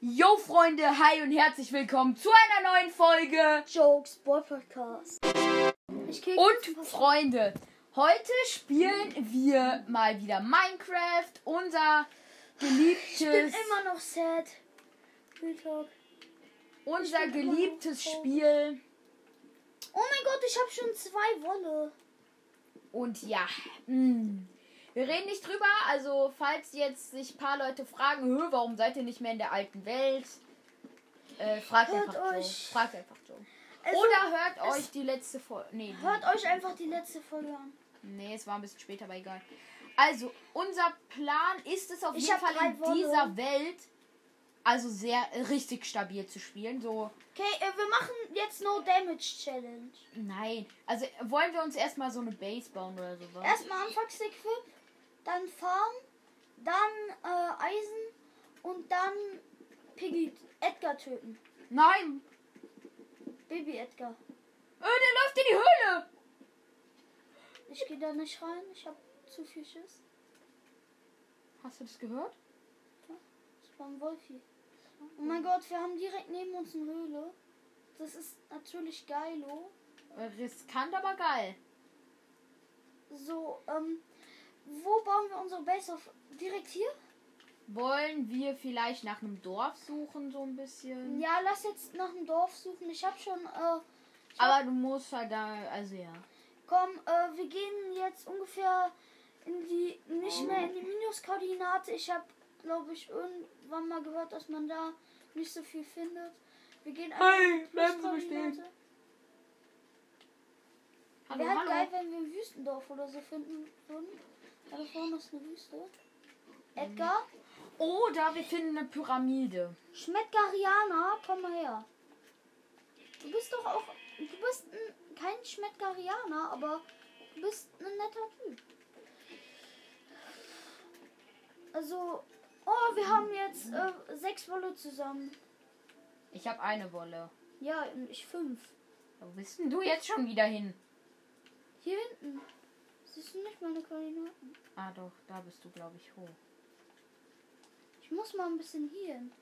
Yo Freunde, hi und herzlich willkommen zu einer neuen Folge. Jokes Boy Podcast. Ich krieg jetzt Und was- Freunde, heute spielen wir mal wieder Minecraft, unser ich bin geliebtes immer noch sad. Real Talk. unser bin immer geliebtes noch Spiel Oh mein Gott, ich habe schon zwei Wolle. und ja, mm, wir reden nicht drüber, also falls jetzt sich ein paar Leute fragen, "Hö, warum seid ihr nicht mehr in der alten Welt? Äh, fragt Hört einfach Joe. euch- Fragt einfach Joe. Also, Oder hört euch die letzte Folge. Nee, die- hört euch einfach die letzte Folge an. Nee, es war ein bisschen später, aber egal. Also, unser Plan ist es auf Ich jeden hab Fall drei in Wolle. dieser Welt, also sehr äh, richtig stabil zu spielen. So, Okay, äh, wir machen jetzt No Damage Challenge. nein. Also, äh, wollen wir uns erstmal so eine Base bauen oder sowas? Erstmal Anfangsequip, dann Farm, dann äh, Eisen und dann Piggy Edgar töten. Nein! Baby Edgar. Äh, der läuft in die Höhle! Ich gehe da nicht rein, ich habe zu viel Schiss. Hast du das gehört? Ich war ein Wolfi. Oh mein Gott, wir haben direkt neben uns eine Höhle. Das ist natürlich geilo. Äh, Riskant, aber geil. So, ähm, wo bauen wir unsere Base auf? Direkt hier? Wollen wir vielleicht nach einem Dorf suchen, so ein bisschen? Ja, lass jetzt nach einem Dorf suchen. Ich habe schon, äh, Aber du musst halt da, also ja. komm, äh, wir gehen jetzt ungefähr in die, nicht mehr in die Minuskoordinate. Ich habe, glaube ich, irgendwann mal gehört, dass man da nicht so viel findet. Wir gehen einfach Hey, in die bleiben Sie Pluskoordinate. bestehen. Hallo, Wäre halt hallo. geil, wenn wir ein Wüstendorf oder so finden würden. Ja, da vorne ist eine Wüste. Edgar? Oder wir finden eine Pyramide. Schmettgarianer, komm mal her. Du bist doch auch. Du bist ein, kein Schmettgarianer, aber du bist ein netter Typ. Also. Oh, wir haben jetzt äh, sechs Wolle zusammen. Ich habe eine Wolle. Ja, und ich fünf. Wo bist denn du jetzt schon wieder hin? Hier hinten. Siehst du nicht meine Koordinaten? Ah doch, da bist du, glaube ich, hoch. Ich muss mal ein bisschen hier hin.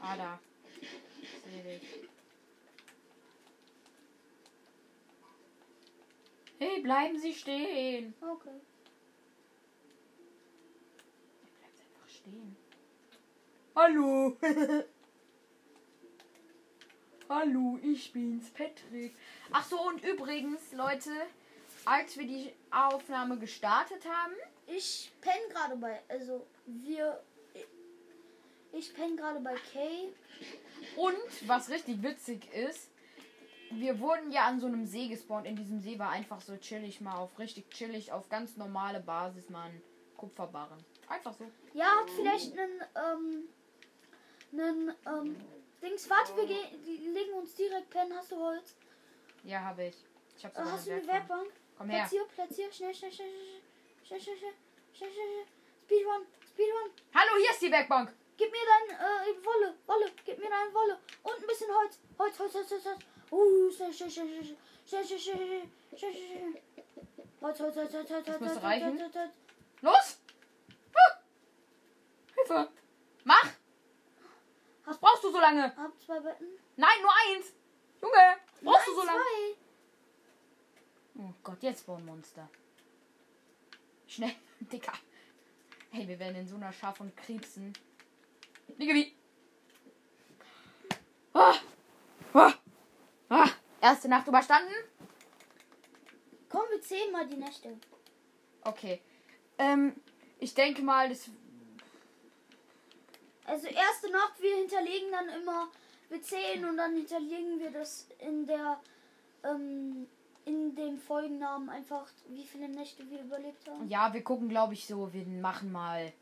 Ah da. Ich seh dich. Hey, bleiben Sie stehen. Okay. Bleibt einfach stehen. Hallo. Hallo, ich bin's, Patrick. Ach so, und übrigens, Leute, als wir die Aufnahme gestartet haben, Ich penne gerade bei, also wir, ich penne gerade bei Kay. Und was richtig witzig ist, wir wurden ja an so einem See gespawnt. In diesem See war einfach so chillig mal auf richtig chillig auf ganz normale Basis mal ein Kupferbarren. Einfach so. Ja, hat vielleicht einen, ähm, einen, ähm, Dings, warte, wir gehen, die legen uns direkt pennen. Hast du Holz? Ja, habe ich. Ich habe Äh, sogar hast du eine Werkbank. Werkbank? Komm her. Platzier, platzier, schnell, schnell, schnell, schnell, schnell, schnell, schnell, schnell, schnell, schnell, Speedrun, Speedrun. Hallo, hier ist die Werkbank. Gib mir dein, äh, Wolle, Wolle, gib mir dein Wolle. Und ein bisschen Holz, Holz, Holz, Holz, Holz, Holz. Uh, schnell, schnell, schnell, schnell, schnell, schnell, schnell, schnell, schnell, schnell, schnell. Holz, Holz, Holz, Holz, Holz, Holz, müsste Holz, reichen. Holz, Holz, Holz. Los! Ah! Hilfe! Mach! Was brauchst du so lange? Hab zwei Betten. Nein, nur eins! Junge! Was brauchst du Nein, so lange? Zwei. Oh Gott, jetzt bauen Monster. Schnell, Dicker. Hey, wir werden in so einer Schar von Krebsen. Digga, wie? Ah, ah, ah. Erste Nacht überstanden? Komm, wir zählen mal die Nächte. Okay. Ähm, ich denke mal, das. Also erste Nacht, wir hinterlegen dann immer, wir zählen und dann hinterlegen wir das in der, ähm, in dem Folgennamen einfach, wie viele Nächte wir überlebt haben. Ja, wir gucken, glaube ich, so. Wir machen mal.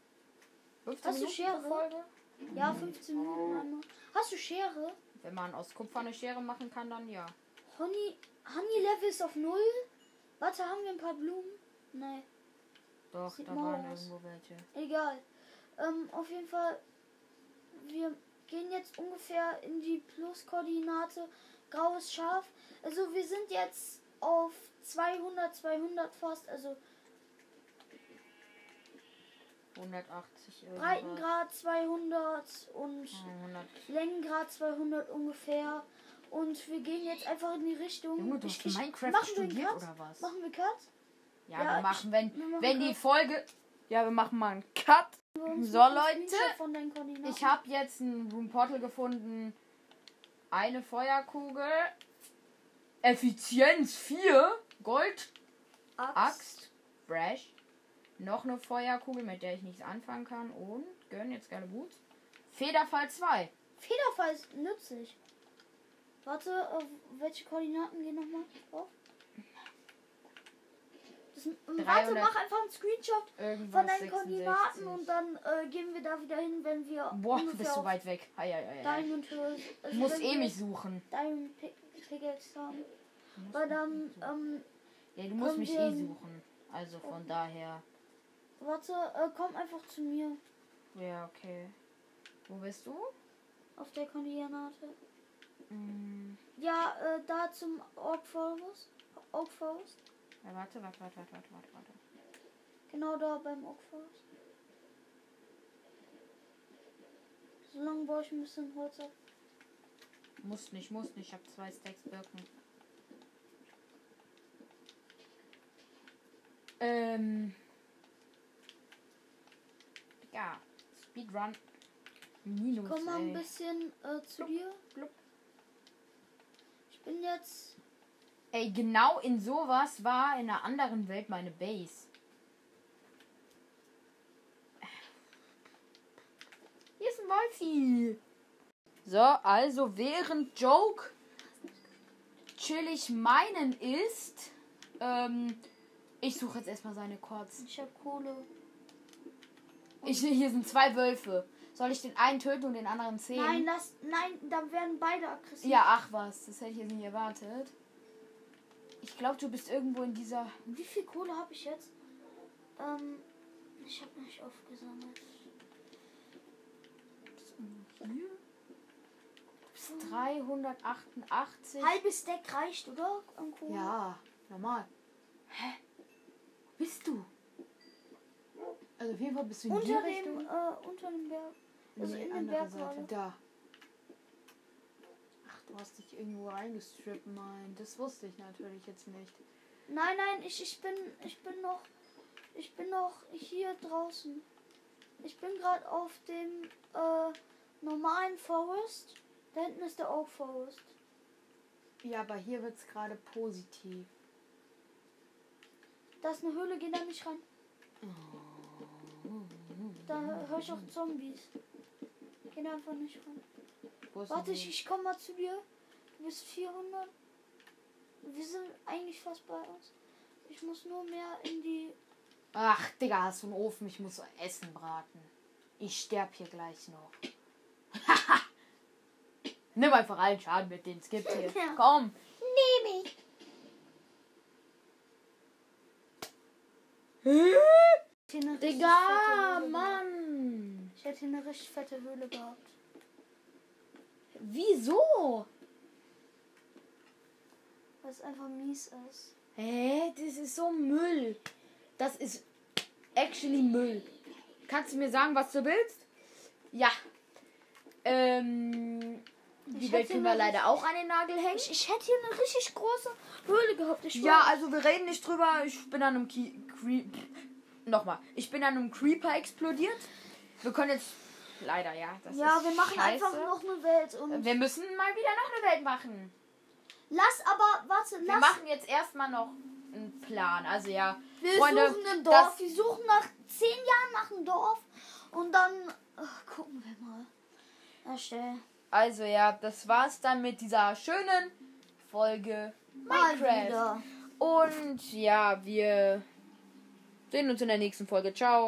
Hast du Schere? Folge? Ja, 15 Minuten einmal. Hast du Schere? Wenn man aus Kupfer eine Schere machen kann, dann ja. Honey, Honey Level ist auf null. Warte, haben wir ein paar Blumen? Nein, Doch, Sieht da mau waren aus. irgendwo welche. egal. Ähm, auf jeden Fall, wir gehen jetzt ungefähr in die Pluskoordinate. Graues Schaf. Also wir sind jetzt auf 200, 200 fast. Also 180 irgendwas. Breitengrad 200 und Ja, 100. Längengrad 200 ungefähr. Und wir gehen jetzt einfach in die Richtung. Junge, du Oh, Ich- hast ich- Minecraft machen wir einen studiert Cut? oder was? Machen wir Cut? Ja, Ja, wir ich- machen, wenn, wir machen wenn die Cut. Folge. Ja, wir machen mal einen Cut. So, Leute, Screenshot Von deinen Koordinaten. Ich habe jetzt ein Room Portal gefunden. Eine Feuerkugel. Effizienz 4. Gold. Axt. Brash. Noch eine Feuerkugel, mit der ich nichts anfangen kann. Und gönn jetzt geile Boots. Federfall 2. Federfall ist nützlich. Warte, auf welche Koordinaten gehen nochmal drauf? Das, ähm, warte, 300. mach einfach einen Screenshot Irgendwas. von deinen Koordinaten 66. und dann äh, gehen wir da wieder hin, wenn wir Boah, ungefähr bist du auf weit weg. Ei, ei, ei, ei. Diamond Hills, Ich also muss wenn eh wir mich suchen. Diamond Pick Pickaxe haben. Weil dann, ähm, Ja, du musst Komm, mich wir- eh suchen. Also von daher. warte, äh, komm einfach zu mir Ja, okay. Wo bist du? auf der Koordinate. Hm. Ja, äh, da zum Ork Forest. Ork Forest. Ja, warte, warte, warte, warte, warte, warte, warte. Genau da beim Ork Forest. Solange baue ich ein bisschen Holz ab. Muss nicht, muss nicht. Ich habe zwei Stacks Birken. Ähm. Ja, Speedrun. Minus. Komm mal ein ey. bisschen äh, zu dir. blub. Ich bin jetzt. ey, genau in sowas war in einer anderen Welt meine Base. Hier ist ein Wolfi. So, also während Joke chillig meinen ist, ähm, ich suche jetzt erstmal seine Korts. Ich hab Kohle. Ich, hier sind zwei Wölfe. Soll ich den einen töten und den anderen zählen? Nein, lass. Nein, dann werden beide aggressiv. Ja, ach was, das hätte ich jetzt nicht erwartet. Ich glaube, du bist irgendwo in dieser. Wie viel Kohle habe ich jetzt? Ähm, ich habe nicht aufgesammelt. Hier? Du bist 388. Halbes Deck reicht, oder? An Kohle? Ja, normal. Hä? Wo Bist du? Also auf jeden Fall bist du in die Unter dem, Richtung. äh, unter dem Berg. also in dem andere Berg Seite. gerade. Da. Ach, du hast dich irgendwo reingestrippt, nein. Das wusste ich natürlich jetzt nicht. Nein, nein, ich, ich bin, ich bin noch, ich bin noch hier draußen. Ich bin gerade auf dem, äh, normalen Forest. Da hinten ist der Oak Forest. Ja, aber hier wird es gerade positiv. Da ist eine Höhle, geh da nicht rein. Da höre ich auch Zombies. Geh da einfach nicht rein. Wo ist Warte, denn ich, die? ich komme mal zu dir. Du bist 400. Wir sind eigentlich fast bei uns. Ich muss nur mehr in die. Ach, Digga, hast du einen Ofen? Ich muss Essen braten. Ich sterb hier gleich noch. Nimm einfach allen Schaden mit, den es gibt hier. Ja. Komm. Nehme ich. Ich hätte eine richtig fette Höhle gehabt. Mann. Ich hätte eine richtig fette Höhle gehabt. Wieso? Weil es einfach mies ist. Hä? Das ist so Müll. Das ist actually Müll. Kannst du mir sagen, was du willst? Ja. Ähm. Die Ich Welt hätte können wir noch- leider auch an den Nagel hängen. Ich, ich hätte hier eine richtig große Höhle gehabt. Ich Ja, schwör. also wir reden nicht drüber. Ich bin an einem Ki Cre Nochmal. Ich bin an einem Creeper explodiert. Wir können jetzt. Leider, ja. Das ja ist wir machen scheiße. einfach noch eine Welt. Und Wir müssen mal wieder noch eine Welt machen. lass aber, warte, Wir lass. machen jetzt erstmal noch einen Plan. Also ja. Wir Freunde, suchen ein Dorf. das- wir suchen nach zehn Jahren nach einem Dorf und dann ach, gucken wir mal. Ja, schnell. Also ja, das war's dann mit dieser schönen Folge Mal Minecraft. wieder. Und ja, wir sehen uns in der nächsten Folge. Ciao.